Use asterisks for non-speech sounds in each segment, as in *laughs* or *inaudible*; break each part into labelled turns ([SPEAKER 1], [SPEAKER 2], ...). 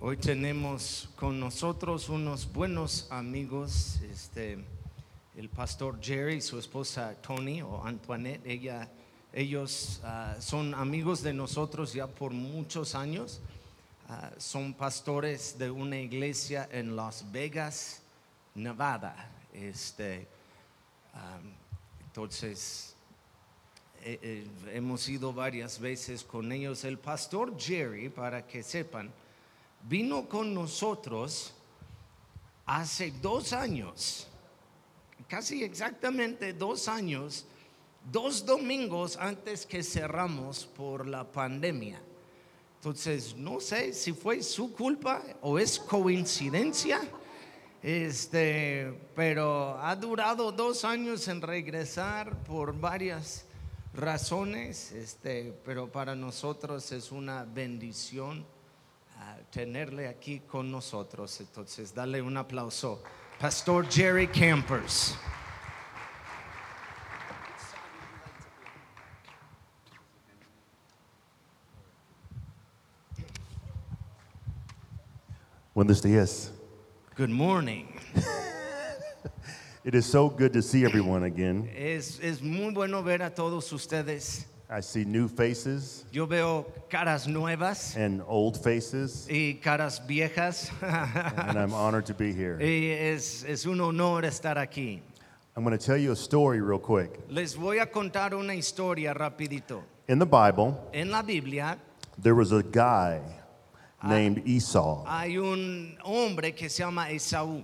[SPEAKER 1] Hoy tenemos con nosotros unos buenos amigos, este, el pastor Jerry y su esposa Tony o Antoinette. Ella, ellos ah, son amigos de nosotros ya por muchos años. Ah, son pastores de una iglesia en Las Vegas, Nevada. Este, ah, entonces, eh, eh, hemos ido varias veces con ellos. El pastor Jerry, para que sepan, vino con nosotros hace dos años, casi exactamente dos años, dos domingos antes que cerramos por la pandemia. Entonces, no sé si fue su culpa o es coincidencia, este, pero ha durado dos años en regresar por varias razones, este, pero para nosotros es una bendición ah, tenerle aquí con nosotros. Entonces, dale un aplauso. Pastor Jerry Campers.
[SPEAKER 2] Buenos días.
[SPEAKER 1] Good morning.
[SPEAKER 2] It is so good to see everyone again.
[SPEAKER 1] Es, es muy bueno ver a todos ustedes.
[SPEAKER 2] I see new faces
[SPEAKER 1] Yo veo caras nuevas
[SPEAKER 2] and old faces,
[SPEAKER 1] y caras viejas. *laughs*
[SPEAKER 2] and I'm honored to be here.
[SPEAKER 1] y es, es un honor estar aquí.
[SPEAKER 2] I'm going to tell you a story real quick.
[SPEAKER 1] Les voy a contar una historia rapidito.
[SPEAKER 2] In the Bible,
[SPEAKER 1] En la Biblia
[SPEAKER 2] there was a guy named Esau,
[SPEAKER 1] hay un hombre que se llama Esaú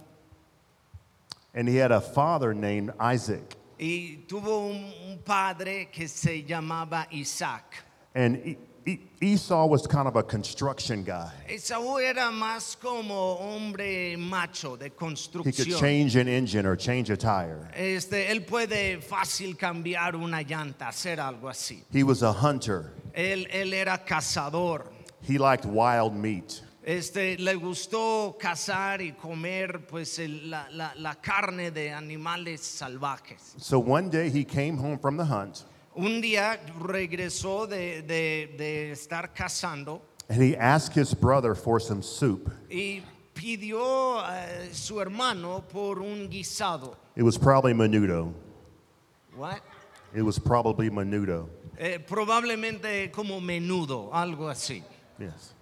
[SPEAKER 2] and he had a father named Isaac.
[SPEAKER 1] y tuvo un, un padre que se llamaba Isaac.
[SPEAKER 2] And E- E- Esau was kind of a construction guy.
[SPEAKER 1] Esaú era más como hombre macho de
[SPEAKER 2] He could
[SPEAKER 1] construcción.
[SPEAKER 2] change an engine or change a tire.
[SPEAKER 1] Este, él puede fácil cambiar una llanta, hacer algo así.
[SPEAKER 2] He was a hunter.
[SPEAKER 1] Él, él era cazador.
[SPEAKER 2] He liked wild meat.
[SPEAKER 1] Este, le gustó cazar y comer pues el- la, la- la carne de animales salvajes.
[SPEAKER 2] So one day he came home from the hunt
[SPEAKER 1] Un día regresó de, de- de estar cazando
[SPEAKER 2] and he asked his brother for some soup.
[SPEAKER 1] y pidió a su hermano por un guisado.
[SPEAKER 2] It was probably menudo.
[SPEAKER 1] What?
[SPEAKER 2] It was probably menudo.
[SPEAKER 1] Eh, probablemente como menudo, algo así.
[SPEAKER 2] Yes.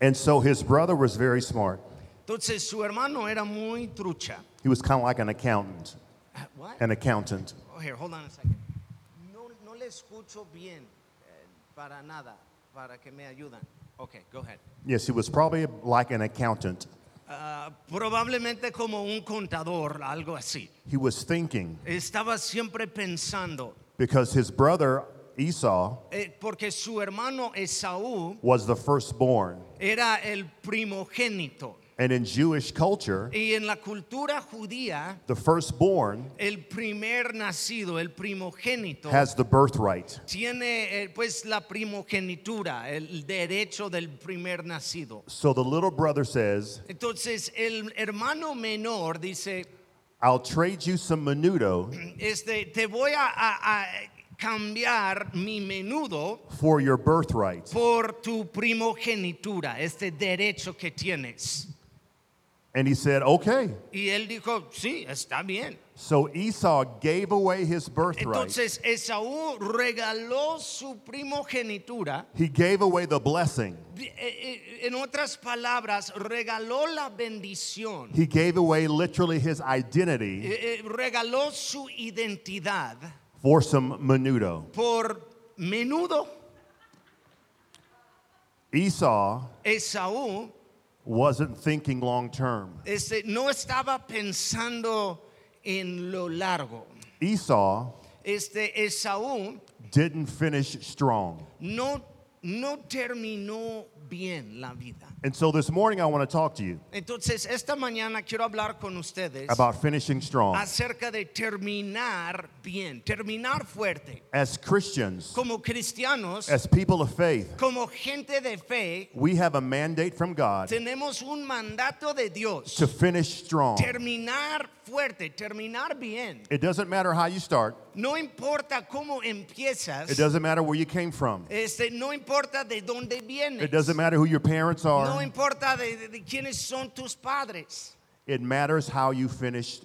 [SPEAKER 2] And so his brother was very smart.
[SPEAKER 1] Entonces su hermano era muy trucha. Ah,
[SPEAKER 2] He was kind of like an accountant.
[SPEAKER 1] What?
[SPEAKER 2] An accountant.
[SPEAKER 1] Oh, here, hold on a second. No, no le escucho bien eh, para nada, para que me ayudan. Ok, go ahead.
[SPEAKER 2] Yes, he was probably like an accountant.
[SPEAKER 1] Ah, probablemente como un contador, algo así.
[SPEAKER 2] He was thinking
[SPEAKER 1] Estaba siempre pensando,
[SPEAKER 2] because his brother Esau
[SPEAKER 1] eh, porque su hermano Esaú
[SPEAKER 2] was the firstborn.
[SPEAKER 1] era el primogénito.
[SPEAKER 2] And in Jewish culture,
[SPEAKER 1] Y en la cultura judía,
[SPEAKER 2] the firstborn
[SPEAKER 1] el primer nacido, el primogénito,
[SPEAKER 2] has the birthright.
[SPEAKER 1] tiene eh, pues la primogenitura, el derecho del primer nacido.
[SPEAKER 2] So the little brother says,
[SPEAKER 1] Entonces el hermano menor dice,
[SPEAKER 2] I'll trade you some menudo
[SPEAKER 1] este, te voy a, a- a cambiar mi menudo
[SPEAKER 2] for your birthright.
[SPEAKER 1] por tu primogenitura, este derecho que tienes.
[SPEAKER 2] And he said, Okay.
[SPEAKER 1] Y él dijo, sí, está bien.
[SPEAKER 2] So Esau gave away his birthright.
[SPEAKER 1] Entonces Esaú regaló su primogenitura.
[SPEAKER 2] He gave away the blessing.
[SPEAKER 1] Eh, eh, En otras palabras, regaló la bendición.
[SPEAKER 2] He gave away literally his identity
[SPEAKER 1] Eh, eh, regaló su identidad
[SPEAKER 2] for some menudo.
[SPEAKER 1] por menudo.
[SPEAKER 2] Esau
[SPEAKER 1] Esaú
[SPEAKER 2] wasn't thinking long term.
[SPEAKER 1] este, no estaba pensando en lo largo.
[SPEAKER 2] Esau
[SPEAKER 1] Este Esaú
[SPEAKER 2] didn't finish strong.
[SPEAKER 1] no, no terminó bien la vida.
[SPEAKER 2] And so this morning I want to talk to you
[SPEAKER 1] Entonces, esta mañana quiero hablar con ustedes
[SPEAKER 2] about finishing strong.
[SPEAKER 1] acerca de terminar bien, terminar fuerte.
[SPEAKER 2] As Christians,
[SPEAKER 1] Como cristianos,
[SPEAKER 2] as people of faith,
[SPEAKER 1] como gente de fe,
[SPEAKER 2] we have a mandate from God
[SPEAKER 1] tenemos un mandato de Dios.
[SPEAKER 2] to finish strong.
[SPEAKER 1] Terminar fuerte, terminar bien.
[SPEAKER 2] It doesn't matter how you start.
[SPEAKER 1] No importa cómo empiezas.
[SPEAKER 2] It doesn't matter where you came from.
[SPEAKER 1] Este, no importa de dónde vienes.
[SPEAKER 2] It doesn't matter who your parents are,
[SPEAKER 1] No importa de, de- de quiénes son tus padres.
[SPEAKER 2] it matters how you finished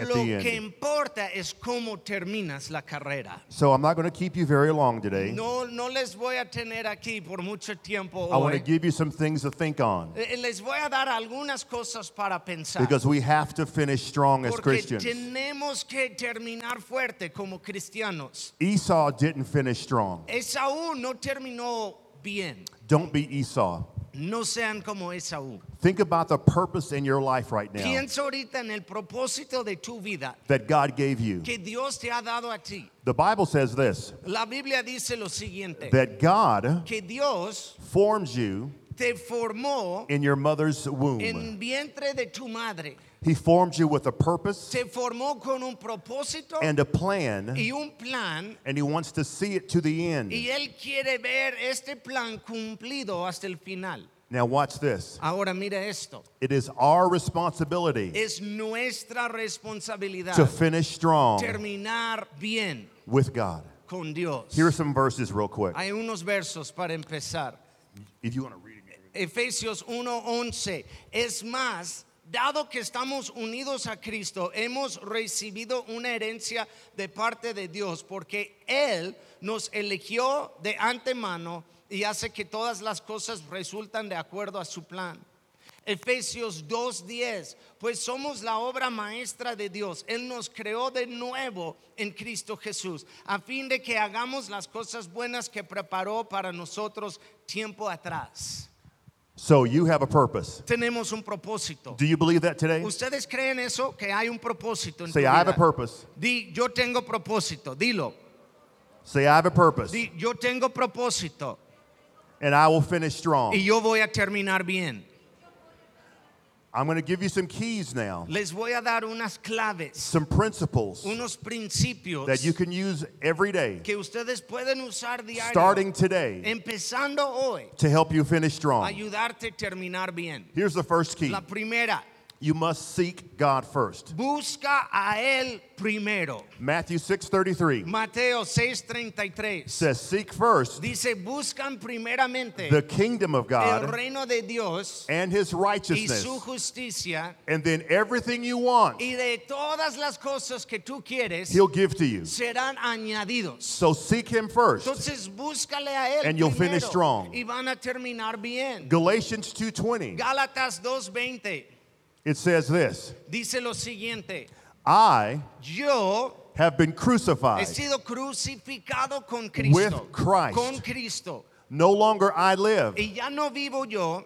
[SPEAKER 2] at
[SPEAKER 1] Lo
[SPEAKER 2] the end.
[SPEAKER 1] que importa es cómo terminas la carrera.
[SPEAKER 2] So I'm not going to keep you very long today.
[SPEAKER 1] No, no les voy a tener aquí por mucho tiempo
[SPEAKER 2] I want to
[SPEAKER 1] hoy.
[SPEAKER 2] give you some things to think on
[SPEAKER 1] Eh, Les voy a dar algunas cosas para pensar.
[SPEAKER 2] because we have to finish strong as
[SPEAKER 1] Porque
[SPEAKER 2] Christians.
[SPEAKER 1] tenemos que terminar fuerte como cristianos.
[SPEAKER 2] Esau didn't finish strong.
[SPEAKER 1] Esaú no terminó bien.
[SPEAKER 2] Don't be Esau.
[SPEAKER 1] No sean como Esaú.
[SPEAKER 2] Think about the purpose in your life right now
[SPEAKER 1] Piensa ahorita en el propósito de tu vida
[SPEAKER 2] that God gave you.
[SPEAKER 1] que Dios te ha dado a ti.
[SPEAKER 2] The Bible says this
[SPEAKER 1] La Biblia dice lo siguiente,
[SPEAKER 2] that God
[SPEAKER 1] que Dios
[SPEAKER 2] forms you
[SPEAKER 1] te formó
[SPEAKER 2] in your mother's womb.
[SPEAKER 1] en vientre de tu madre.
[SPEAKER 2] He formed you with a purpose
[SPEAKER 1] Te formó con un propósito
[SPEAKER 2] and a plan,
[SPEAKER 1] y un plan
[SPEAKER 2] and He wants to see it to the end.
[SPEAKER 1] y él quiere ver este plan cumplido hasta el final.
[SPEAKER 2] Now, watch this.
[SPEAKER 1] Ahora mira esto,
[SPEAKER 2] It is our responsibility
[SPEAKER 1] es nuestra responsabilidad
[SPEAKER 2] to finish strong
[SPEAKER 1] terminar bien
[SPEAKER 2] with God.
[SPEAKER 1] con Dios.
[SPEAKER 2] Here are some verses, real quick.
[SPEAKER 1] Hay unos versos para empezar.
[SPEAKER 2] If you want to read it,
[SPEAKER 1] Efesios 1:11. Es más, dado que estamos unidos a Cristo, hemos recibido una herencia de parte de Dios, porque Él nos eligió de antemano y hace que todas las cosas resultan de acuerdo a su plan. Efesios 2:10, pues somos la obra maestra de Dios. Él nos creó de nuevo en Cristo Jesús, a fin de que hagamos las cosas buenas que preparó para nosotros tiempo atrás.
[SPEAKER 2] So you have a purpose.
[SPEAKER 1] Tenemos un propósito.
[SPEAKER 2] Do you believe that today?
[SPEAKER 1] ¿Ustedes creen eso? Que hay un propósito en
[SPEAKER 2] Say,
[SPEAKER 1] tu
[SPEAKER 2] I have a
[SPEAKER 1] vida"?
[SPEAKER 2] purpose.
[SPEAKER 1] Di, yo tengo propósito. Dilo.
[SPEAKER 2] Say, I have a purpose,
[SPEAKER 1] Di, yo tengo propósito
[SPEAKER 2] and I will finish
[SPEAKER 1] y
[SPEAKER 2] strong.
[SPEAKER 1] yo voy a terminar bien.
[SPEAKER 2] I'm going to give you some keys now,
[SPEAKER 1] Les voy a dar unas claves,
[SPEAKER 2] some principles
[SPEAKER 1] unos principios
[SPEAKER 2] that you can use every day,
[SPEAKER 1] que ustedes pueden usar diario.
[SPEAKER 2] starting today,
[SPEAKER 1] Empezando hoy,
[SPEAKER 2] to help you finish strong.
[SPEAKER 1] ayudarte a terminar bien.
[SPEAKER 2] Here's the first key
[SPEAKER 1] La primera,
[SPEAKER 2] you must seek God first.
[SPEAKER 1] busca a Él primero.
[SPEAKER 2] Matthew 6:33
[SPEAKER 1] Mateo 6:33
[SPEAKER 2] says, Seek first
[SPEAKER 1] dice, buscan primeramente
[SPEAKER 2] the kingdom of
[SPEAKER 1] el
[SPEAKER 2] God
[SPEAKER 1] reino de Dios
[SPEAKER 2] and his
[SPEAKER 1] y
[SPEAKER 2] righteousness,
[SPEAKER 1] su justicia
[SPEAKER 2] and then everything you want,
[SPEAKER 1] y de todas las cosas que tú quieres
[SPEAKER 2] he'll give to you.
[SPEAKER 1] serán añadidos.
[SPEAKER 2] So seek him first.
[SPEAKER 1] Entonces búscale a él
[SPEAKER 2] And you'll
[SPEAKER 1] primero
[SPEAKER 2] finish strong.
[SPEAKER 1] y van a terminar bien.
[SPEAKER 2] Galatians 2:20
[SPEAKER 1] Gálatas 2:20
[SPEAKER 2] it says this,
[SPEAKER 1] dice lo siguiente:
[SPEAKER 2] I
[SPEAKER 1] Yo
[SPEAKER 2] have been
[SPEAKER 1] He
[SPEAKER 2] crucified.
[SPEAKER 1] sido crucificado con Cristo.
[SPEAKER 2] With Christ.
[SPEAKER 1] Con Cristo.
[SPEAKER 2] No longer I live,
[SPEAKER 1] Y ya no vivo yo,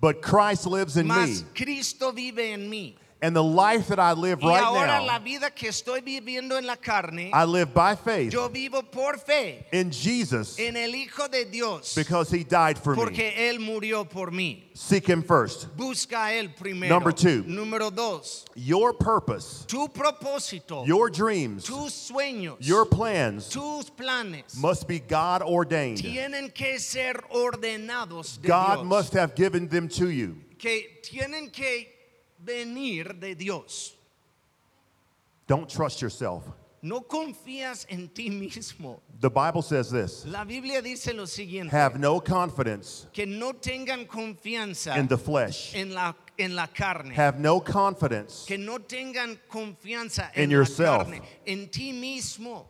[SPEAKER 2] but Christ lives in me.
[SPEAKER 1] mas Cristo vive en mí.
[SPEAKER 2] And the life that I live
[SPEAKER 1] y ahora
[SPEAKER 2] right
[SPEAKER 1] la
[SPEAKER 2] now,
[SPEAKER 1] vida que estoy viviendo en la carne,
[SPEAKER 2] I live by faith
[SPEAKER 1] yo vivo por fe
[SPEAKER 2] in Jesus
[SPEAKER 1] en el Hijo de Dios,
[SPEAKER 2] because he died for me.
[SPEAKER 1] porque Él murió por mí.
[SPEAKER 2] Seek him first.
[SPEAKER 1] Busca a Él primero.
[SPEAKER 2] Number two.
[SPEAKER 1] Número dos,
[SPEAKER 2] Your purpose,
[SPEAKER 1] tu propósito,
[SPEAKER 2] your dreams,
[SPEAKER 1] tus sueños,
[SPEAKER 2] your plans
[SPEAKER 1] tus planes
[SPEAKER 2] must be God ordained.
[SPEAKER 1] tienen que ser ordenados de
[SPEAKER 2] God
[SPEAKER 1] Dios.
[SPEAKER 2] must have given them to you.
[SPEAKER 1] que tienen que venir de Dios.
[SPEAKER 2] Don't trust yourself.
[SPEAKER 1] No confías en ti mismo.
[SPEAKER 2] The Bible says this
[SPEAKER 1] La Biblia dice lo siguiente,
[SPEAKER 2] have no confidence
[SPEAKER 1] que no tengan confianza
[SPEAKER 2] in the flesh.
[SPEAKER 1] en, la, en la carne.
[SPEAKER 2] Have no confidence
[SPEAKER 1] que no tengan confianza
[SPEAKER 2] In
[SPEAKER 1] en la
[SPEAKER 2] yourself.
[SPEAKER 1] carne, en ti mismo.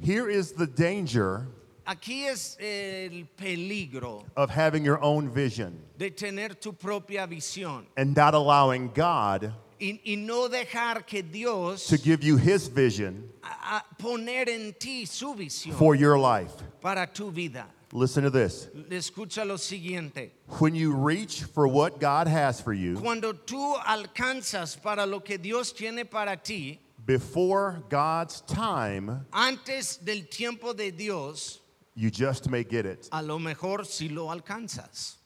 [SPEAKER 2] Here is the danger
[SPEAKER 1] Aquí es el peligro
[SPEAKER 2] of having your own vision
[SPEAKER 1] de tener tu propia visión
[SPEAKER 2] and not allowing God
[SPEAKER 1] y, y no dejar que Dios
[SPEAKER 2] to give you his vision
[SPEAKER 1] a- a poner en ti su visión
[SPEAKER 2] for your life.
[SPEAKER 1] para tu vida.
[SPEAKER 2] Listen to this.
[SPEAKER 1] Escucha lo siguiente.
[SPEAKER 2] When you reach for what God has for you
[SPEAKER 1] Cuando tú alcanzas para lo que Dios tiene para ti,
[SPEAKER 2] before God's time,
[SPEAKER 1] antes del tiempo de Dios,
[SPEAKER 2] you just may get it.
[SPEAKER 1] a lo mejor si lo alcanzas.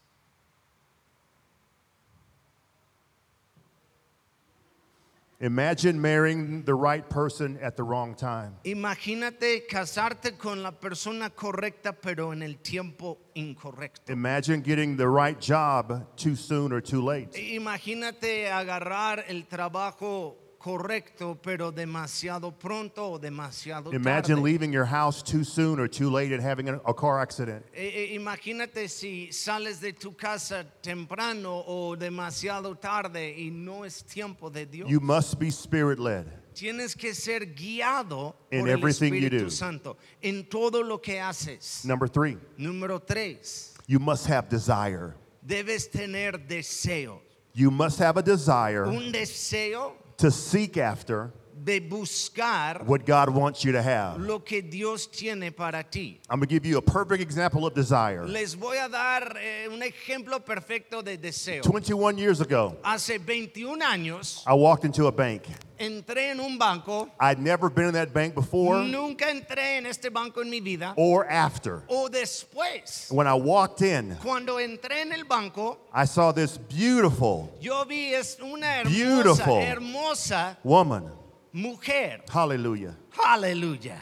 [SPEAKER 2] Imagine marrying the right person at the wrong time.
[SPEAKER 1] Imagínate casarte con la persona correcta pero en el tiempo incorrecto.
[SPEAKER 2] Imagine getting the right job too soon or too late.
[SPEAKER 1] Imagínate agarrar el trabajo correcto, pero demasiado pronto o demasiado
[SPEAKER 2] Imagine
[SPEAKER 1] tarde.
[SPEAKER 2] leaving your house too soon or too late and having a, a car accident.
[SPEAKER 1] E- e- Imagínate si sales de tu casa temprano o demasiado tarde y no es tiempo de Dios.
[SPEAKER 2] You must be spirit led.
[SPEAKER 1] Tienes que ser guiado
[SPEAKER 2] In
[SPEAKER 1] por el
[SPEAKER 2] everything you
[SPEAKER 1] Espíritu
[SPEAKER 2] do.
[SPEAKER 1] Santo en todo lo que haces.
[SPEAKER 2] Number three,
[SPEAKER 1] Número tres,
[SPEAKER 2] you must have desire.
[SPEAKER 1] debes tener deseo.
[SPEAKER 2] You must have a desire
[SPEAKER 1] Un deseo
[SPEAKER 2] to seek after
[SPEAKER 1] de buscar
[SPEAKER 2] what God wants you to have.
[SPEAKER 1] lo que Dios tiene para ti.
[SPEAKER 2] I'm gonna give you a perfect example of desire.
[SPEAKER 1] Les voy a dar eh, un ejemplo perfecto de deseo.
[SPEAKER 2] 21 years ago,
[SPEAKER 1] Hace 21 años
[SPEAKER 2] I walked into a bank.
[SPEAKER 1] entré en un banco
[SPEAKER 2] I'd never been in that bank before
[SPEAKER 1] Nunca entré en este banco en mi vida.
[SPEAKER 2] or after.
[SPEAKER 1] O después,
[SPEAKER 2] When I walked in,
[SPEAKER 1] cuando entré en el banco,
[SPEAKER 2] I saw this beautiful
[SPEAKER 1] yo vi es una hermosa,
[SPEAKER 2] Beautiful.
[SPEAKER 1] hermosa
[SPEAKER 2] woman.
[SPEAKER 1] mujer.
[SPEAKER 2] Hallelujah.
[SPEAKER 1] Aleluya.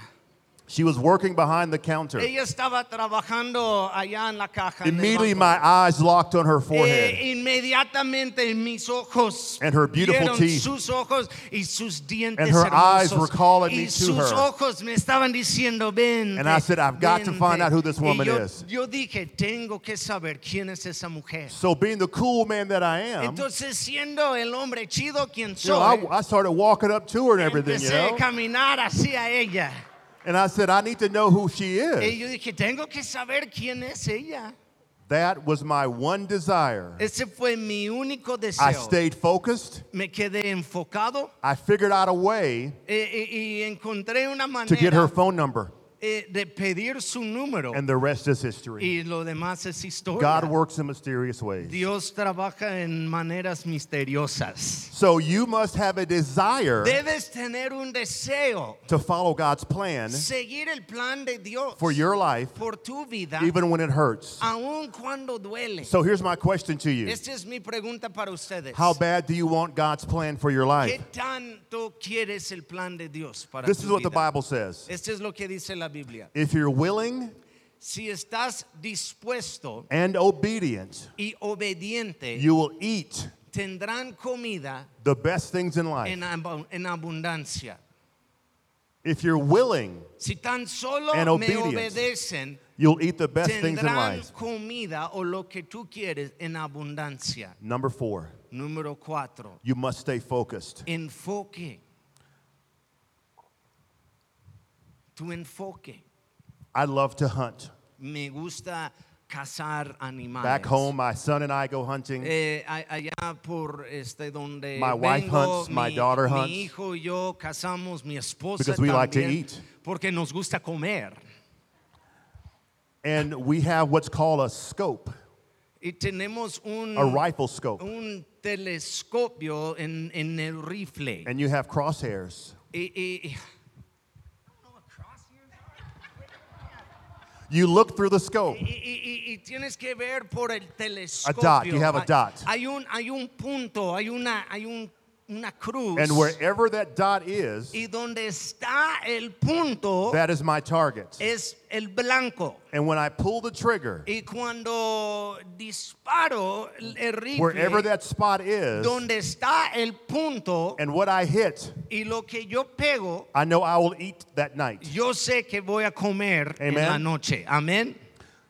[SPEAKER 2] She was working behind the counter.
[SPEAKER 1] Ella estaba trabajando allá en la caja. en el
[SPEAKER 2] Immediately, my
[SPEAKER 1] banco.
[SPEAKER 2] eyes locked on her
[SPEAKER 1] Eh,
[SPEAKER 2] forehead.
[SPEAKER 1] inmediatamente mis ojos
[SPEAKER 2] And her beautiful
[SPEAKER 1] vieron
[SPEAKER 2] teeth.
[SPEAKER 1] sus ojos y sus dientes
[SPEAKER 2] her eyes
[SPEAKER 1] hermosos.
[SPEAKER 2] were calling
[SPEAKER 1] y
[SPEAKER 2] me to
[SPEAKER 1] sus
[SPEAKER 2] her.
[SPEAKER 1] ojos me estaban diciendo ven
[SPEAKER 2] And I said, "I've got to find out who this woman
[SPEAKER 1] y yo,
[SPEAKER 2] is."
[SPEAKER 1] yo dije tengo que saber quién es esa mujer
[SPEAKER 2] So, being the cool man that I am,
[SPEAKER 1] entonces siendo el hombre chido quien
[SPEAKER 2] you know, I,
[SPEAKER 1] soy
[SPEAKER 2] I started walking up to her and everything, you
[SPEAKER 1] empecé a
[SPEAKER 2] know.
[SPEAKER 1] caminar hacia ella
[SPEAKER 2] And I said, I need to know who she
[SPEAKER 1] y
[SPEAKER 2] is.
[SPEAKER 1] yo dije tengo que saber quién es ella
[SPEAKER 2] That was my one desire.
[SPEAKER 1] ese fue mi único deseo
[SPEAKER 2] I stayed focused.
[SPEAKER 1] me quedé enfocado
[SPEAKER 2] I figured out a way
[SPEAKER 1] Eh, y, y encontré una
[SPEAKER 2] to get her
[SPEAKER 1] manera
[SPEAKER 2] phone number.
[SPEAKER 1] eh, de pedir su número
[SPEAKER 2] And the rest is history.
[SPEAKER 1] y lo demás es historia.
[SPEAKER 2] God works in mysterious ways.
[SPEAKER 1] Dios trabaja en maneras misteriosas.
[SPEAKER 2] So, you must have a desire
[SPEAKER 1] Debes tener un deseo,
[SPEAKER 2] to follow God's plan
[SPEAKER 1] seguir el plan de Dios
[SPEAKER 2] for your life,
[SPEAKER 1] por tu vida,
[SPEAKER 2] even when it hurts.
[SPEAKER 1] aun cuando duele.
[SPEAKER 2] So, here's my question to you.
[SPEAKER 1] Esta es mi pregunta para ustedes.
[SPEAKER 2] How bad do you want God's plan for your
[SPEAKER 1] ¿Qué
[SPEAKER 2] life?
[SPEAKER 1] tanto quieres el plan de Dios para
[SPEAKER 2] This
[SPEAKER 1] tu
[SPEAKER 2] is what the
[SPEAKER 1] vida?
[SPEAKER 2] Bible says.
[SPEAKER 1] Esto es lo que dice la Biblia.
[SPEAKER 2] If you're willing
[SPEAKER 1] Si estás dispuesto
[SPEAKER 2] and obedient,
[SPEAKER 1] y obediente,
[SPEAKER 2] you will eat
[SPEAKER 1] tendrán comida
[SPEAKER 2] the best things in
[SPEAKER 1] en,
[SPEAKER 2] life.
[SPEAKER 1] abu- en abundancia.
[SPEAKER 2] If you're willing,
[SPEAKER 1] Si tan solo
[SPEAKER 2] And
[SPEAKER 1] me
[SPEAKER 2] obedience.
[SPEAKER 1] obedecen,
[SPEAKER 2] you'll eat the best things in
[SPEAKER 1] tendrán
[SPEAKER 2] life.
[SPEAKER 1] comida o lo que tú quieres en abundancia.
[SPEAKER 2] Number four,
[SPEAKER 1] Número cuatro,
[SPEAKER 2] you must stay focused.
[SPEAKER 1] enfoque. Tu enfoque.
[SPEAKER 2] I love to hunt.
[SPEAKER 1] Me gusta cazar animales.
[SPEAKER 2] Back home, my son and I go hunting.
[SPEAKER 1] Eh, a- allá por este donde
[SPEAKER 2] My wife
[SPEAKER 1] vengo,
[SPEAKER 2] hunts, my
[SPEAKER 1] mi,
[SPEAKER 2] daughter
[SPEAKER 1] mi
[SPEAKER 2] hunts.
[SPEAKER 1] hijo y yo casamos, mi esposa
[SPEAKER 2] Because we like to
[SPEAKER 1] también,
[SPEAKER 2] eat.
[SPEAKER 1] porque nos gusta comer.
[SPEAKER 2] And we have what's called a scope,
[SPEAKER 1] Y tenemos un,
[SPEAKER 2] a rifle scope.
[SPEAKER 1] un telescopio en, en el rifle.
[SPEAKER 2] And you have crosshairs.
[SPEAKER 1] Y- y- y-
[SPEAKER 2] You look through the scope.
[SPEAKER 1] y- y- y tienes que ver por el telescopio.
[SPEAKER 2] you have a dot.
[SPEAKER 1] Hay, hay un, hay un punto, hay una, hay un- una cruz.
[SPEAKER 2] And wherever that dot is,
[SPEAKER 1] y donde está el punto
[SPEAKER 2] that is my target.
[SPEAKER 1] es el blanco.
[SPEAKER 2] And when I pull the trigger,
[SPEAKER 1] Y cuando disparo el el
[SPEAKER 2] wherever
[SPEAKER 1] rifle,
[SPEAKER 2] that spot is,
[SPEAKER 1] donde está el punto
[SPEAKER 2] and what I hit,
[SPEAKER 1] y lo que yo pego,
[SPEAKER 2] I know I will eat that night.
[SPEAKER 1] yo sé que voy a comer en
[SPEAKER 2] Amen.
[SPEAKER 1] la noche. Amén.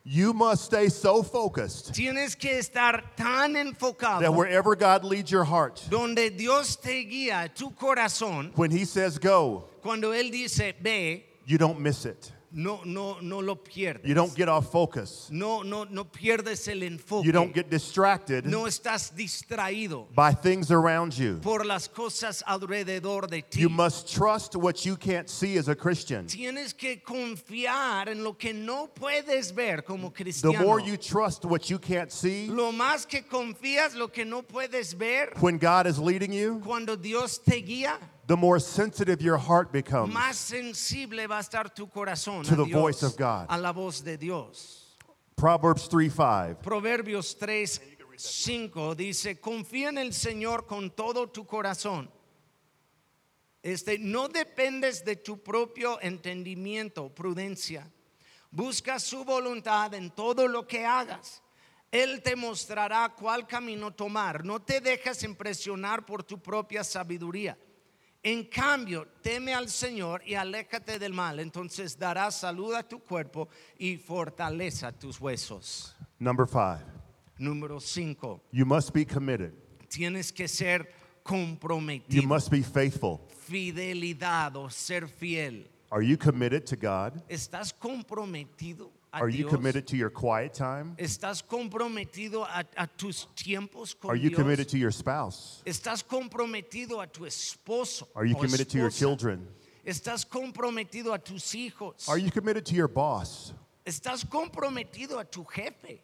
[SPEAKER 2] You must stay so focused
[SPEAKER 1] Tienes que estar tan
[SPEAKER 2] that
[SPEAKER 1] enfocado
[SPEAKER 2] wherever God leads your heart,
[SPEAKER 1] donde Dios te guía tu corazón
[SPEAKER 2] when He says go,
[SPEAKER 1] cuando él dice ve,
[SPEAKER 2] you don't miss it.
[SPEAKER 1] no no no lo pierdes.
[SPEAKER 2] You don't get off focus.
[SPEAKER 1] no no no pierdes el enfoque.
[SPEAKER 2] You don't get distracted
[SPEAKER 1] no estás distraído
[SPEAKER 2] by things around you.
[SPEAKER 1] por las cosas alrededor de ti.
[SPEAKER 2] You must trust what you can't see as a Christian.
[SPEAKER 1] Tienes que confiar en lo que no puedes ver como
[SPEAKER 2] The
[SPEAKER 1] cristiano.
[SPEAKER 2] more you trust what you can't see,
[SPEAKER 1] lo más que confías lo que no puedes ver
[SPEAKER 2] when God is leading you,
[SPEAKER 1] cuando Dios te guía,
[SPEAKER 2] the more sensitive your heart becomes.
[SPEAKER 1] más sensible va a estar tu corazón
[SPEAKER 2] To
[SPEAKER 1] a,
[SPEAKER 2] the
[SPEAKER 1] Dios,
[SPEAKER 2] voice of God.
[SPEAKER 1] a la voz de Dios.
[SPEAKER 2] Proverbs 3 5.
[SPEAKER 1] Proverbios 3, 5 dice, confía en el Señor con todo tu corazón. Este, no dependes de tu propio entendimiento, prudencia. Busca su voluntad en todo lo que hagas. Él te mostrará cuál camino tomar. No te dejes impresionar por tu propia sabiduría. En cambio, teme al Señor y aléjate del mal, entonces dará salud a tu cuerpo y fortaleza tus huesos.
[SPEAKER 2] Number five,
[SPEAKER 1] Número 5.
[SPEAKER 2] you must be committed.
[SPEAKER 1] Tienes que ser
[SPEAKER 2] You
[SPEAKER 1] comprometido,
[SPEAKER 2] must be faithful.
[SPEAKER 1] fidelidad o ser fiel.
[SPEAKER 2] Are you committed to God?
[SPEAKER 1] ¿Estás comprometido a
[SPEAKER 2] Are you
[SPEAKER 1] Dios?
[SPEAKER 2] committed to your quiet time?
[SPEAKER 1] ¿Estás comprometido a, a tus tiempos con
[SPEAKER 2] Are you
[SPEAKER 1] Dios?
[SPEAKER 2] committed to your spouse?
[SPEAKER 1] ¿Estás comprometido a tu esposo?
[SPEAKER 2] Are you
[SPEAKER 1] o
[SPEAKER 2] committed to your
[SPEAKER 1] esposa?
[SPEAKER 2] children?
[SPEAKER 1] ¿Estás comprometido a tus hijos?
[SPEAKER 2] Are you committed to your boss,
[SPEAKER 1] ¿Estás comprometido a tu jefe,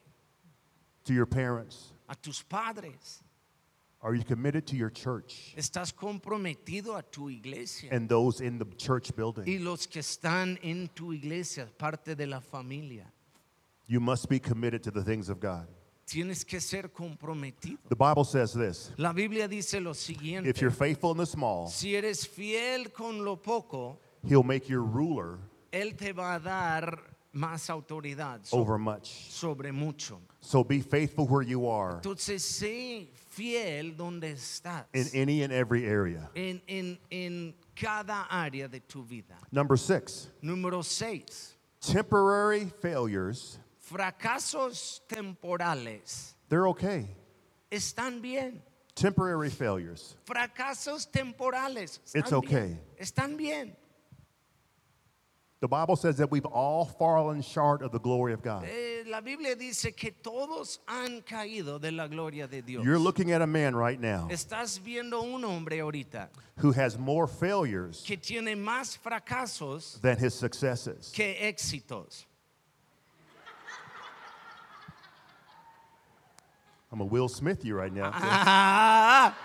[SPEAKER 2] to your parents?
[SPEAKER 1] a tus padres?
[SPEAKER 2] Are you committed to your church
[SPEAKER 1] ¿Estás comprometido a tu iglesia?
[SPEAKER 2] and those in the church
[SPEAKER 1] Y
[SPEAKER 2] building?
[SPEAKER 1] los que están en tu iglesia, parte de la familia,
[SPEAKER 2] You must be committed to the things of God.
[SPEAKER 1] tienes que ser comprometido.
[SPEAKER 2] The Bible says this
[SPEAKER 1] La Biblia dice lo
[SPEAKER 2] if you're
[SPEAKER 1] siguiente.
[SPEAKER 2] faithful in the small,
[SPEAKER 1] Si eres fiel con lo poco,
[SPEAKER 2] he'll make you ruler
[SPEAKER 1] Él te va a dar más autoridad so-
[SPEAKER 2] over much.
[SPEAKER 1] sobre mucho.
[SPEAKER 2] So be faithful where you are
[SPEAKER 1] Entonces, sé fiel donde estás,
[SPEAKER 2] in any and every area.
[SPEAKER 1] en, en- en cada área de tu vida.
[SPEAKER 2] Number six,
[SPEAKER 1] Número 6.
[SPEAKER 2] temporary failures,
[SPEAKER 1] Fracasos temporales
[SPEAKER 2] they're okay.
[SPEAKER 1] están bien.
[SPEAKER 2] Temporary failures.
[SPEAKER 1] Fracasos temporales están
[SPEAKER 2] It's okay.
[SPEAKER 1] bien. Están bien.
[SPEAKER 2] The Bible says that we've all fallen short of the glory of God.
[SPEAKER 1] Eh, la Biblia dice que todos han caído de la gloria de Dios.
[SPEAKER 2] You're looking at a man right now
[SPEAKER 1] Estás viendo un hombre ahorita
[SPEAKER 2] who has more failures
[SPEAKER 1] que tiene más fracasos
[SPEAKER 2] than his successes.
[SPEAKER 1] que éxitos.
[SPEAKER 2] I'm a Will Smith you right now.
[SPEAKER 1] Ah,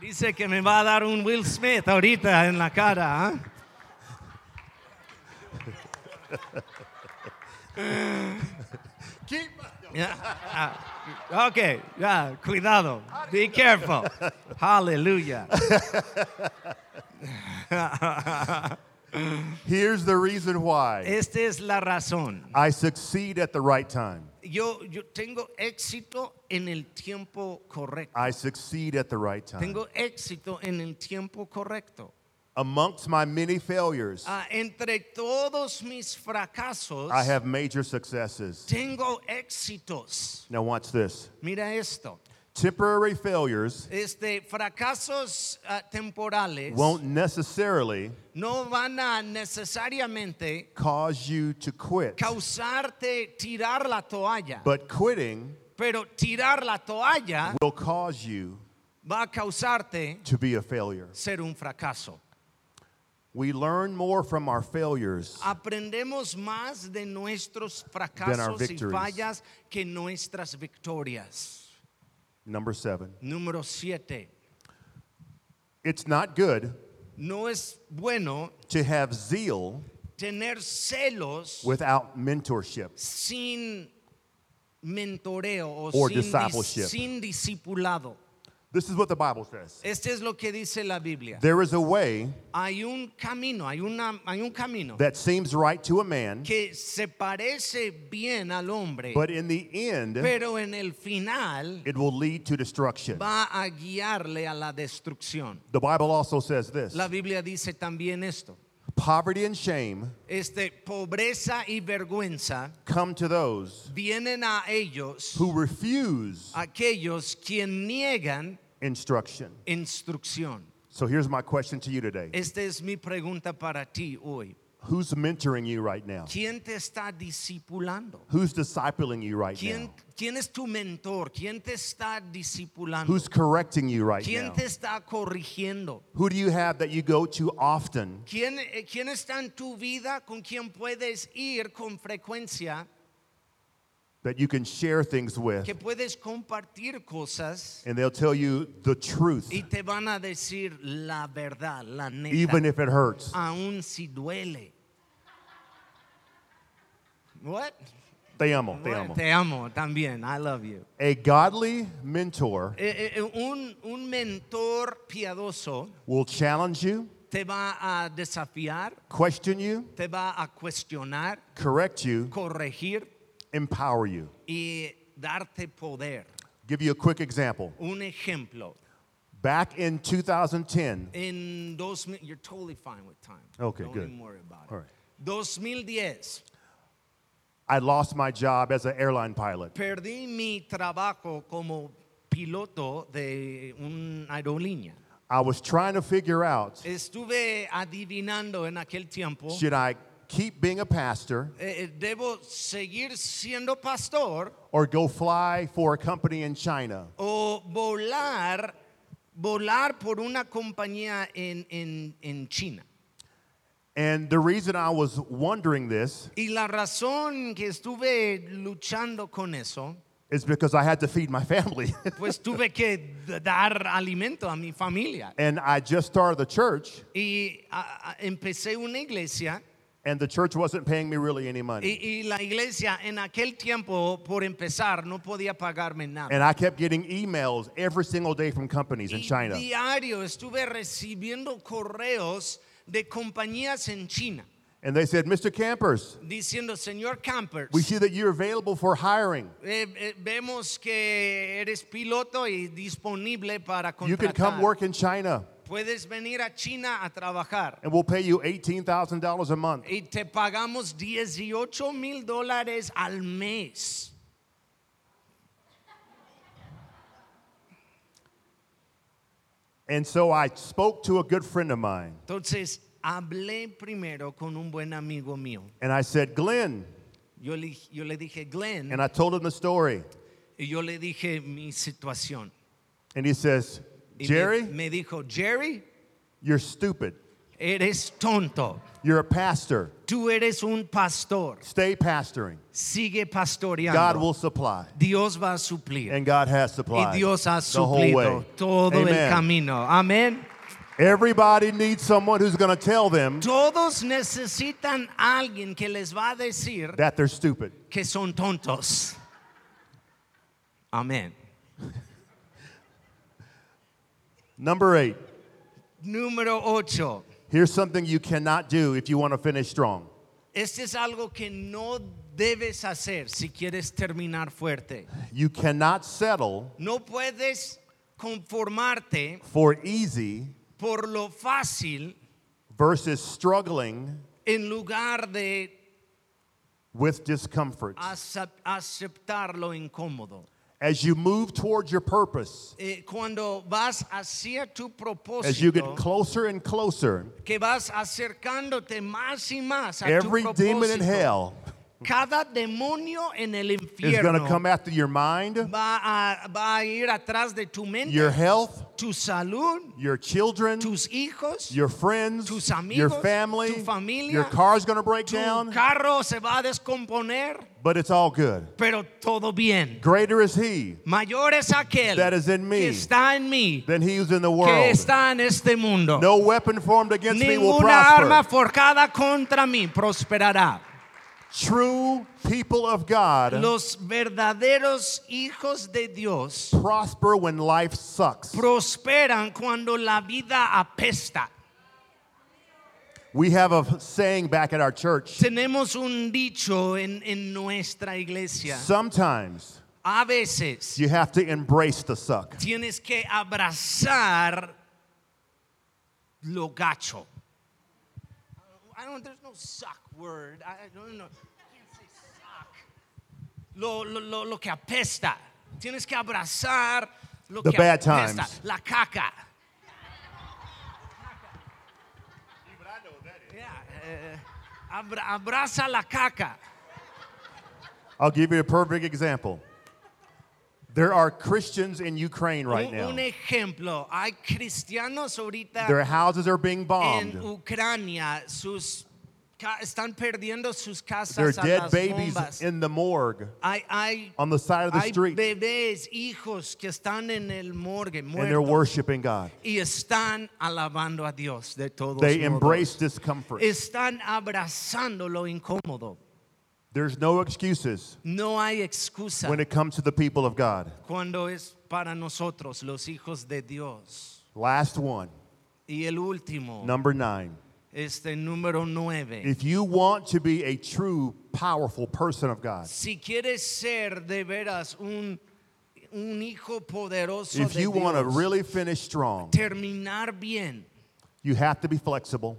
[SPEAKER 1] dice que me va a dar un Will Smith ahorita en la cara. ¿ah?
[SPEAKER 2] Keep
[SPEAKER 1] Ya, ah, ok, ya, cuidado. Be careful. Hallelujah.
[SPEAKER 2] Here's the reason why
[SPEAKER 1] Esta es la razón.
[SPEAKER 2] I succeed at the right time.
[SPEAKER 1] Yo, yo tengo éxito en el tiempo correcto.
[SPEAKER 2] I succeed at the right time.
[SPEAKER 1] Tengo éxito en el tiempo correcto.
[SPEAKER 2] Amongst my many failures,
[SPEAKER 1] Ah, entre todos mis fracasos,
[SPEAKER 2] I have major successes.
[SPEAKER 1] tengo éxitos.
[SPEAKER 2] Now, watch this.
[SPEAKER 1] Mira esto.
[SPEAKER 2] Temporary failures
[SPEAKER 1] Este, fracasos ah, temporales
[SPEAKER 2] won't necessarily
[SPEAKER 1] no van a necesariamente
[SPEAKER 2] cause you to quit,
[SPEAKER 1] causarte tirar la toalla,
[SPEAKER 2] but quitting
[SPEAKER 1] pero tirar la toalla
[SPEAKER 2] will cause you
[SPEAKER 1] va a causarte
[SPEAKER 2] to be a failure.
[SPEAKER 1] ser un fracaso.
[SPEAKER 2] We learn more from our failures
[SPEAKER 1] Aprendemos más de nuestros fracasos y
[SPEAKER 2] victories.
[SPEAKER 1] fallas que nuestras victorias.
[SPEAKER 2] Number seven.
[SPEAKER 1] Número 7.
[SPEAKER 2] It's not good
[SPEAKER 1] No es bueno
[SPEAKER 2] to have zeal
[SPEAKER 1] tener celos
[SPEAKER 2] without mentorship.
[SPEAKER 1] sin mentoreo o
[SPEAKER 2] Or
[SPEAKER 1] sin, dis-
[SPEAKER 2] discipleship.
[SPEAKER 1] sin discipulado.
[SPEAKER 2] This is what the Bible says.
[SPEAKER 1] Este es lo que dice la Biblia.
[SPEAKER 2] There is a way
[SPEAKER 1] Hay un camino, hay, una, hay un camino
[SPEAKER 2] that seems right to a man,
[SPEAKER 1] que se parece bien al hombre,
[SPEAKER 2] but in the end,
[SPEAKER 1] pero en el final
[SPEAKER 2] it will lead to destruction.
[SPEAKER 1] va a guiarle a la destrucción.
[SPEAKER 2] The Bible also says this
[SPEAKER 1] La Biblia dice también esto.
[SPEAKER 2] poverty and shame
[SPEAKER 1] Este pobreza y vergüenza
[SPEAKER 2] come to those
[SPEAKER 1] vienen a ellos
[SPEAKER 2] who refuse
[SPEAKER 1] aquellos quien niegan
[SPEAKER 2] instruction.
[SPEAKER 1] instrucción.
[SPEAKER 2] So here's my question to you today
[SPEAKER 1] Esta es mi pregunta para ti hoy.
[SPEAKER 2] Who's mentoring you right now?
[SPEAKER 1] ¿Quién te está discipulando?
[SPEAKER 2] Who's discipling you right
[SPEAKER 1] ¿Quién,
[SPEAKER 2] now?
[SPEAKER 1] quién es tu mentor? ¿Quién te está discipulando?
[SPEAKER 2] Who's correcting you right
[SPEAKER 1] ¿Quién
[SPEAKER 2] now?
[SPEAKER 1] te está corrigiendo?
[SPEAKER 2] Who do you have that you go to often
[SPEAKER 1] ¿Quién, eh, quién está en tu vida con quien puedes ir con frecuencia?
[SPEAKER 2] that you can share things with?
[SPEAKER 1] Que puedes compartir cosas
[SPEAKER 2] And they'll tell you the truth,
[SPEAKER 1] y te van a decir la verdad, la neta,
[SPEAKER 2] even if it
[SPEAKER 1] Ah,
[SPEAKER 2] hurts.
[SPEAKER 1] aun si duele. What?
[SPEAKER 2] Te amo, te
[SPEAKER 1] Bueno,
[SPEAKER 2] amo.
[SPEAKER 1] Te amo también. I love you.
[SPEAKER 2] A godly mentor
[SPEAKER 1] Eh, eh, eh, un, un mentor piadoso
[SPEAKER 2] will challenge you,
[SPEAKER 1] te va a desafiar,
[SPEAKER 2] question you,
[SPEAKER 1] te va a cuestionar,
[SPEAKER 2] correct you,
[SPEAKER 1] corregir
[SPEAKER 2] empower you.
[SPEAKER 1] y darte poder.
[SPEAKER 2] Give you a quick example.
[SPEAKER 1] Un ejemplo.
[SPEAKER 2] Back in 2010,
[SPEAKER 1] In 2000, you're totally fine with time.
[SPEAKER 2] Okay,
[SPEAKER 1] Don't
[SPEAKER 2] good.
[SPEAKER 1] even worry about it.
[SPEAKER 2] All right.
[SPEAKER 1] 2010,
[SPEAKER 2] I lost my job as an airline pilot.
[SPEAKER 1] perdí mi trabajo como piloto de una aerolínea.
[SPEAKER 2] I was trying to figure out
[SPEAKER 1] Estuve adivinando en aquel tiempo.
[SPEAKER 2] should I keep being a pastor
[SPEAKER 1] eh, eh, ¿Debo seguir siendo pastor
[SPEAKER 2] or go fly for a company in China?
[SPEAKER 1] o volar, volar por una compañía en, en, en China?
[SPEAKER 2] And the reason I was wondering this
[SPEAKER 1] Y la razón que estuve luchando con eso,
[SPEAKER 2] is because I had to feed my *laughs* family.
[SPEAKER 1] pues tuve que d- dar alimento a mi familia.
[SPEAKER 2] and I just started the church,
[SPEAKER 1] Y a- a- empecé una iglesia
[SPEAKER 2] and the church wasn't paying me really any
[SPEAKER 1] y,
[SPEAKER 2] money.
[SPEAKER 1] y la iglesia en aquel tiempo, por empezar, no podía pagarme nada.
[SPEAKER 2] And I kept getting emails every single day from companies in
[SPEAKER 1] Y
[SPEAKER 2] China.
[SPEAKER 1] Diario estuve recibiendo correos de compañías en China
[SPEAKER 2] And they said, Mr. Campers,
[SPEAKER 1] diciendo, señor Campers,
[SPEAKER 2] we see that you're available for hiring.
[SPEAKER 1] eh, eh, vemos que eres piloto y disponible para
[SPEAKER 2] You can
[SPEAKER 1] contratar.
[SPEAKER 2] come work in China,
[SPEAKER 1] Puedes venir a China a trabajar
[SPEAKER 2] and we'll pay you $18,000 a month.
[SPEAKER 1] y te pagamos 18 mil dólares al mes.
[SPEAKER 2] And so I spoke to a good friend of mine,
[SPEAKER 1] Entonces hablé primero con un buen amigo mío.
[SPEAKER 2] and I said, Glenn,
[SPEAKER 1] Yo le, yo le dije, Glenn,
[SPEAKER 2] and I told him the story.
[SPEAKER 1] y yo le dije mi situación.
[SPEAKER 2] And he says,
[SPEAKER 1] Y me-
[SPEAKER 2] Jerry,
[SPEAKER 1] me dijo, Jerry,
[SPEAKER 2] you're stupid.
[SPEAKER 1] Eres tonto.
[SPEAKER 2] You're a pastor.
[SPEAKER 1] Tú eres un pastor.
[SPEAKER 2] Stay pastoring.
[SPEAKER 1] Sigue pastoreando.
[SPEAKER 2] God will supply.
[SPEAKER 1] Dios va a suplir.
[SPEAKER 2] And God has supplied
[SPEAKER 1] y Dios ha
[SPEAKER 2] the whole way.
[SPEAKER 1] suplido todo el
[SPEAKER 2] Amen.
[SPEAKER 1] camino. Amén.
[SPEAKER 2] Everybody needs someone who's going to tell them
[SPEAKER 1] Todos necesitan a alguien que les va a decir
[SPEAKER 2] that they're stupid.
[SPEAKER 1] que son tontos. Amén.
[SPEAKER 2] Number eight,
[SPEAKER 1] Número 8.
[SPEAKER 2] here's something you cannot do if you want to finish strong.
[SPEAKER 1] Este es algo que no debes hacer si quieres terminar fuerte.
[SPEAKER 2] You cannot settle
[SPEAKER 1] No puedes conformarte
[SPEAKER 2] for easy
[SPEAKER 1] por lo fácil
[SPEAKER 2] versus struggling
[SPEAKER 1] en lugar de
[SPEAKER 2] with discomfort.
[SPEAKER 1] acep- aceptar lo incómodo.
[SPEAKER 2] As you move towards your purpose,
[SPEAKER 1] Eh, cuando vas hacia tu
[SPEAKER 2] as you get
[SPEAKER 1] propósito,
[SPEAKER 2] closer and closer,
[SPEAKER 1] que vas acercándote más y más a
[SPEAKER 2] every
[SPEAKER 1] tu
[SPEAKER 2] demon in
[SPEAKER 1] propósito,
[SPEAKER 2] hell
[SPEAKER 1] cada demonio en el
[SPEAKER 2] is going to
[SPEAKER 1] infierno
[SPEAKER 2] come after your mind,
[SPEAKER 1] va a, va a ir atrás de tu mente,
[SPEAKER 2] your health,
[SPEAKER 1] tu salud,
[SPEAKER 2] your children,
[SPEAKER 1] tus hijos,
[SPEAKER 2] your friends,
[SPEAKER 1] tus
[SPEAKER 2] your
[SPEAKER 1] amigos,
[SPEAKER 2] family,
[SPEAKER 1] tu familia,
[SPEAKER 2] your car's going to break
[SPEAKER 1] tu
[SPEAKER 2] down,
[SPEAKER 1] carro se va a descomponer,
[SPEAKER 2] but it's all good.
[SPEAKER 1] pero todo bien.
[SPEAKER 2] Greater is He
[SPEAKER 1] Mayor es aquel
[SPEAKER 2] That is in me.
[SPEAKER 1] que está en mí,
[SPEAKER 2] than He who's in the
[SPEAKER 1] que
[SPEAKER 2] world.
[SPEAKER 1] está en este mundo.
[SPEAKER 2] No weapon formed against me will
[SPEAKER 1] Ninguna arma
[SPEAKER 2] prosper.
[SPEAKER 1] forjada contra mí prosperará.
[SPEAKER 2] True people of God
[SPEAKER 1] Los verdaderos hijos de Dios
[SPEAKER 2] prosper when life sucks.
[SPEAKER 1] prosperan cuando la vida apesta.
[SPEAKER 2] We have a saying back at our church.
[SPEAKER 1] Tenemos un dicho en, en nuestra iglesia.
[SPEAKER 2] Sometimes
[SPEAKER 1] A veces
[SPEAKER 2] you have to embrace the suck.
[SPEAKER 1] tienes que abrazar lo gacho. I don't, there's no suck word. I I don't know. I can't say suck. Lo, lo, lo, lo que apesta. Tienes que abrazar lo
[SPEAKER 2] The
[SPEAKER 1] que
[SPEAKER 2] bad
[SPEAKER 1] apesta.
[SPEAKER 2] times.
[SPEAKER 1] La caca. Yeah, eh, abra- abraza la caca.
[SPEAKER 2] I'll give you a perfect example. There are Christians in Ukraine right
[SPEAKER 1] un, un
[SPEAKER 2] now.
[SPEAKER 1] ejemplo, hay cristianos ahorita
[SPEAKER 2] Their houses are being
[SPEAKER 1] en
[SPEAKER 2] bombed.
[SPEAKER 1] Ucrania sus ca- están perdiendo sus casas
[SPEAKER 2] There are
[SPEAKER 1] a
[SPEAKER 2] dead
[SPEAKER 1] las
[SPEAKER 2] babies
[SPEAKER 1] bombas.
[SPEAKER 2] in the morgue
[SPEAKER 1] hay hay,
[SPEAKER 2] on the side of the
[SPEAKER 1] hay
[SPEAKER 2] street,
[SPEAKER 1] bebés, hijos que están en el morgue
[SPEAKER 2] and they're
[SPEAKER 1] muertos
[SPEAKER 2] worshiping God.
[SPEAKER 1] y están alabando a Dios de todos
[SPEAKER 2] They
[SPEAKER 1] modos.
[SPEAKER 2] embrace discomfort.
[SPEAKER 1] Están abrazando lo incómodo.
[SPEAKER 2] There's no excuses
[SPEAKER 1] No hay excusa
[SPEAKER 2] when it comes to the people of God.
[SPEAKER 1] cuando es para nosotros los hijos de Dios.
[SPEAKER 2] Last one,
[SPEAKER 1] Y el último,
[SPEAKER 2] number nine.
[SPEAKER 1] este número nueve.
[SPEAKER 2] If you want to be a true, powerful person of God,
[SPEAKER 1] Si quieres ser de veras un, un hijo poderoso
[SPEAKER 2] If
[SPEAKER 1] de
[SPEAKER 2] you want to
[SPEAKER 1] Dios,
[SPEAKER 2] really finish strong,
[SPEAKER 1] terminar bien,
[SPEAKER 2] you have to be flexible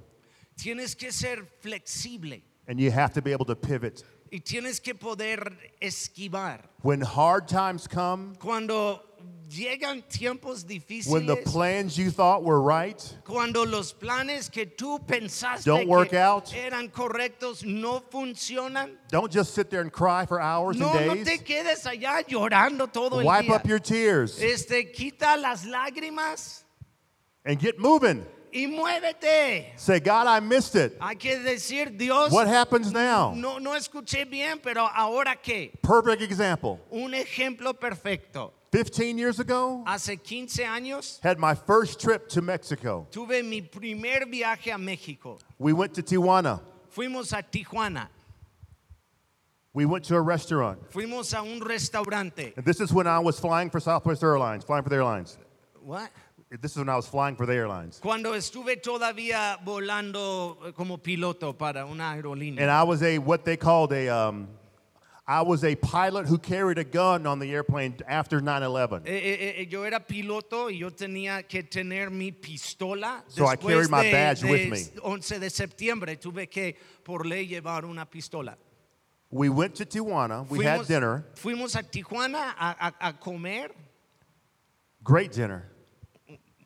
[SPEAKER 1] tienes que ser flexible
[SPEAKER 2] and you have to be able to pivot.
[SPEAKER 1] y tienes que poder esquivar.
[SPEAKER 2] When hard times come,
[SPEAKER 1] Cuando llegan tiempos difíciles,
[SPEAKER 2] when the plans you thought were right,
[SPEAKER 1] cuando los planes que tú pensaste
[SPEAKER 2] Don't
[SPEAKER 1] que
[SPEAKER 2] work out.
[SPEAKER 1] eran correctos no funcionan,
[SPEAKER 2] don't just sit there and cry for hours
[SPEAKER 1] no, no
[SPEAKER 2] and
[SPEAKER 1] te
[SPEAKER 2] days.
[SPEAKER 1] quedes allá llorando todo el
[SPEAKER 2] Wipe
[SPEAKER 1] día.
[SPEAKER 2] up your tears
[SPEAKER 1] este, quita las lágrimas
[SPEAKER 2] and get moving.
[SPEAKER 1] y muévete.
[SPEAKER 2] Say, God, I missed it.
[SPEAKER 1] Hay que decir, Dios,
[SPEAKER 2] What happens now?
[SPEAKER 1] no, no escuché bien, pero ahora qué.
[SPEAKER 2] Perfect example.
[SPEAKER 1] Un ejemplo perfecto.
[SPEAKER 2] 15 years ago,
[SPEAKER 1] Hace 15 años
[SPEAKER 2] had my first trip to Mexico.
[SPEAKER 1] tuve mi primer viaje a México.
[SPEAKER 2] We went to Tijuana.
[SPEAKER 1] Fuimos a Tijuana.
[SPEAKER 2] We went to a restaurant.
[SPEAKER 1] Fuimos a un restaurante.
[SPEAKER 2] And this is when I was flying for Southwest Airlines, flying for the airlines.
[SPEAKER 1] What?
[SPEAKER 2] This is when I was flying for the airlines.
[SPEAKER 1] Cuando estuve todavía volando eh, como piloto para una aerolínea.
[SPEAKER 2] And I was a what they called a um, I was a pilot who carried a gun on the airplane after 9/11.
[SPEAKER 1] Eh, eh, eh, yo era piloto y yo tenía que tener mi pistola.
[SPEAKER 2] So I
[SPEAKER 1] Después
[SPEAKER 2] carried my
[SPEAKER 1] de-
[SPEAKER 2] badge
[SPEAKER 1] de
[SPEAKER 2] with me.
[SPEAKER 1] 11 de septiembre tuve que por ley llevar una pistola.
[SPEAKER 2] We went to Tijuana. We had dinner,
[SPEAKER 1] fuimos a Tijuana a, a- a comer
[SPEAKER 2] great dinner.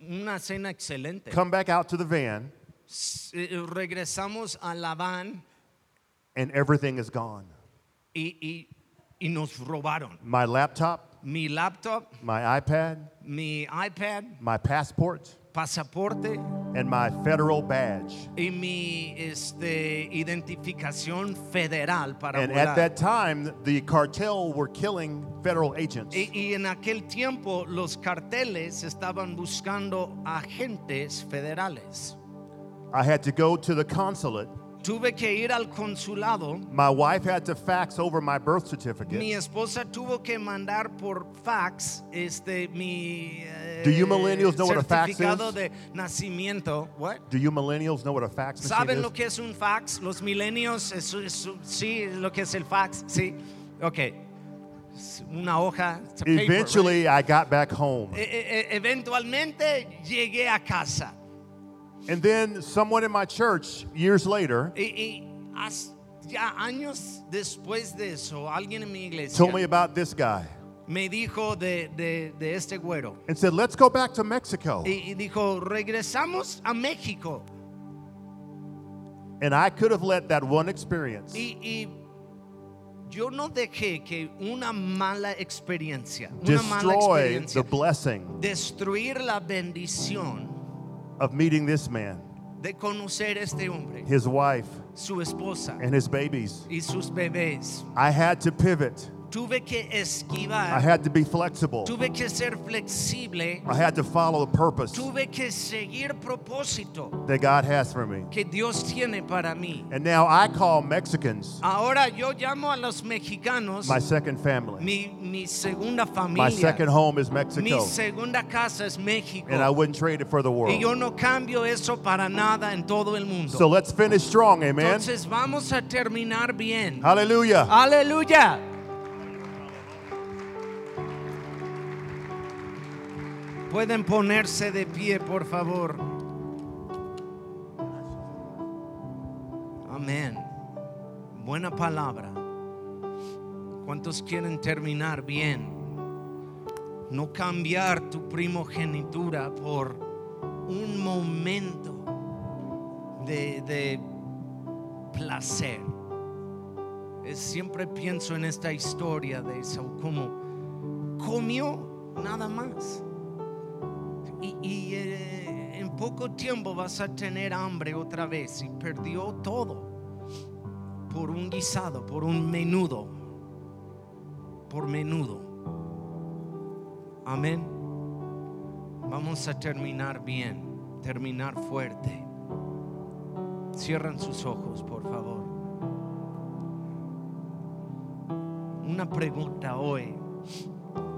[SPEAKER 1] una cena excelente.
[SPEAKER 2] Come back out to the van,
[SPEAKER 1] S- eh, regresamos a la van
[SPEAKER 2] and everything is gone.
[SPEAKER 1] y, y- y nos robaron
[SPEAKER 2] My laptop,
[SPEAKER 1] mi laptop,
[SPEAKER 2] my iPad,
[SPEAKER 1] mi iPad,
[SPEAKER 2] my passport,
[SPEAKER 1] pasaporte
[SPEAKER 2] and my federal badge.
[SPEAKER 1] y mi este, identificación federal para
[SPEAKER 2] And
[SPEAKER 1] volar.
[SPEAKER 2] at that time, the cartel were killing federal agents.
[SPEAKER 1] Y, y en aquel tiempo los carteles estaban buscando agentes federales.
[SPEAKER 2] I had to go to the consulate.
[SPEAKER 1] Tuve que ir al consulado.
[SPEAKER 2] My wife had to fax over my birth certificate.
[SPEAKER 1] Mi esposa tuvo que mandar por fax este mi eh,
[SPEAKER 2] Do you millennials know what a fax is?
[SPEAKER 1] certificado de nacimiento. What?
[SPEAKER 2] Do you millennials know what a fax machine
[SPEAKER 1] ¿Saben
[SPEAKER 2] is?
[SPEAKER 1] lo que es un fax? Los milenios, eso, eso- sí, es lo que es el fax, sí. Ok. Es Una hoja. it's a paper, right?
[SPEAKER 2] Eventually, I got back home.
[SPEAKER 1] E- e- e- eventualmente llegué a casa.
[SPEAKER 2] And then someone in my church, years later,
[SPEAKER 1] Y, y has- ya años después de eso, alguien en mi iglesia
[SPEAKER 2] told me about this guy
[SPEAKER 1] me dijo de, de- de este güero.
[SPEAKER 2] and said, Let's go back to Mexico.
[SPEAKER 1] Y, y dijo, regresamos a México.
[SPEAKER 2] And I could have let that one experience
[SPEAKER 1] Y, y yo no dejé que una mala experiencia, una mala
[SPEAKER 2] destroy
[SPEAKER 1] experiencia,
[SPEAKER 2] the blessing
[SPEAKER 1] destruir la bendición
[SPEAKER 2] of meeting this man,
[SPEAKER 1] de conocer a este hombre,
[SPEAKER 2] his wife,
[SPEAKER 1] su esposa
[SPEAKER 2] and his babies.
[SPEAKER 1] y sus bebés.
[SPEAKER 2] I had to pivot,
[SPEAKER 1] Tuve que
[SPEAKER 2] I
[SPEAKER 1] esquivar,
[SPEAKER 2] had to be flexible,
[SPEAKER 1] tuve que ser flexible,
[SPEAKER 2] I had to follow the purpose
[SPEAKER 1] tuve que seguir propósito
[SPEAKER 2] that God has for me.
[SPEAKER 1] que Dios tiene para mí.
[SPEAKER 2] And now I call Mexicans
[SPEAKER 1] Ahora yo llamo a los mexicanos
[SPEAKER 2] my second family.
[SPEAKER 1] mi, mi segunda
[SPEAKER 2] My
[SPEAKER 1] familia.
[SPEAKER 2] second home is
[SPEAKER 1] Mi
[SPEAKER 2] Mexico.
[SPEAKER 1] segunda casa es México.
[SPEAKER 2] and I wouldn't trade it for the
[SPEAKER 1] Y yo
[SPEAKER 2] world.
[SPEAKER 1] no cambio eso para nada en todo el mundo.
[SPEAKER 2] So let's finish strong, amen.
[SPEAKER 1] Entonces vamos a terminar bien.
[SPEAKER 2] Hallelujah.
[SPEAKER 1] Aleluya. Pueden ponerse de pie, por favor. Amén. Buena palabra. ¿Cuántos quieren terminar bien? No cambiar tu primogenitura por un momento de, de placer. Eh, Siempre pienso en esta historia de Esaú, como comió nada más. Y, y, eh, en poco tiempo vas a tener hambre otra vez y perdió todo por un guisado, por un menudo, por menudo. Amén. Vamos a terminar bien, terminar fuerte. Cierran sus ojos, por favor. una pregunta hoy.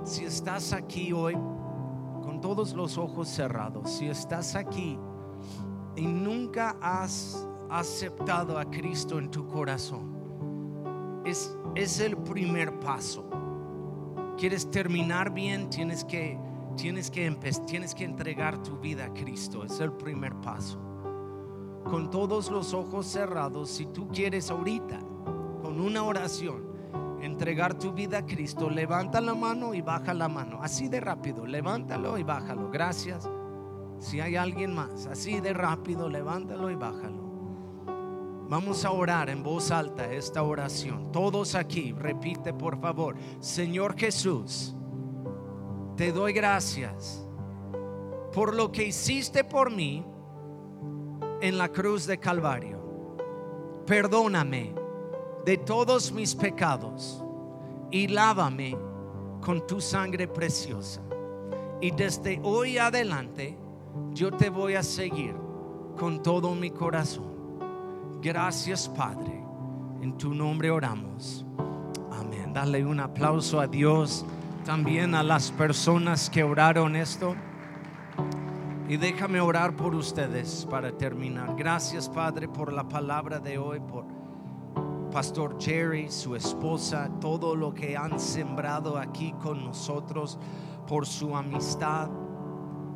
[SPEAKER 1] Si estás aquí hoy con todos los ojos cerrados, si estás aquí y nunca has aceptado a Cristo en tu corazón, es, es el primer paso. quieres terminar bien, tienes que, tienes que, empe- tienes que entregar tu vida a Cristo. Es el primer paso. Con todos los ojos cerrados, si tú quieres ahorita, con una oración, entregar tu vida a Cristo, levanta la mano y baja la mano. Así de rápido, levántalo y bájalo. Gracias. Si hay alguien más, así de rápido, levántalo y bájalo. Vamos a orar en voz alta esta oración. Todos aquí, repite por favor, Señor Jesús, te doy gracias por lo que hiciste por mí en la cruz de Calvario. Perdóname de todos mis pecados y lávame con tu sangre preciosa. Y desde hoy adelante yo te voy a seguir con todo mi corazón. Gracias, Padre. En tu nombre oramos. Amén. Dale un aplauso a Dios, también a las personas que oraron esto. Y déjame orar por ustedes para terminar. Gracias, Padre, por la palabra de hoy, por Pastor Jerry, su esposa, todo lo que han sembrado aquí con nosotros, por su amistad,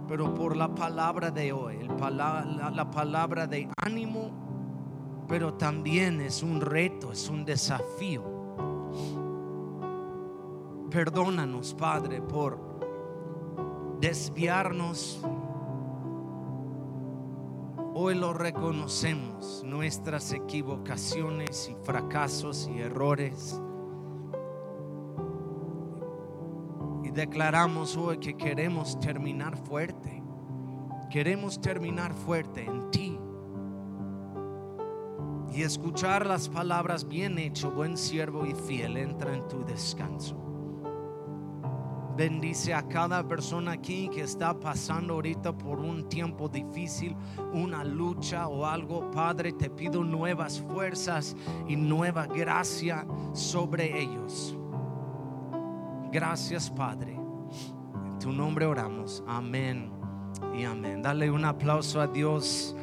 [SPEAKER 1] pero por la palabra de hoy, el pala- la- la palabra de ánimo pero también es un reto, es un desafío. Perdónanos, Padre, por desviarnos. Hoy lo reconocemos, nuestras equivocaciones y fracasos y errores. Y declaramos hoy que queremos terminar fuerte. Queremos terminar fuerte en ti y escuchar las palabras, bien hecho, buen siervo y fiel, entra en tu descanso. Bendice a cada persona aquí que está pasando ahorita por un tiempo difícil, una lucha o algo. Padre, te pido nuevas fuerzas y nueva gracia sobre ellos. Gracias, Padre. En tu nombre oramos. Amén y amén. Dale un aplauso a Dios.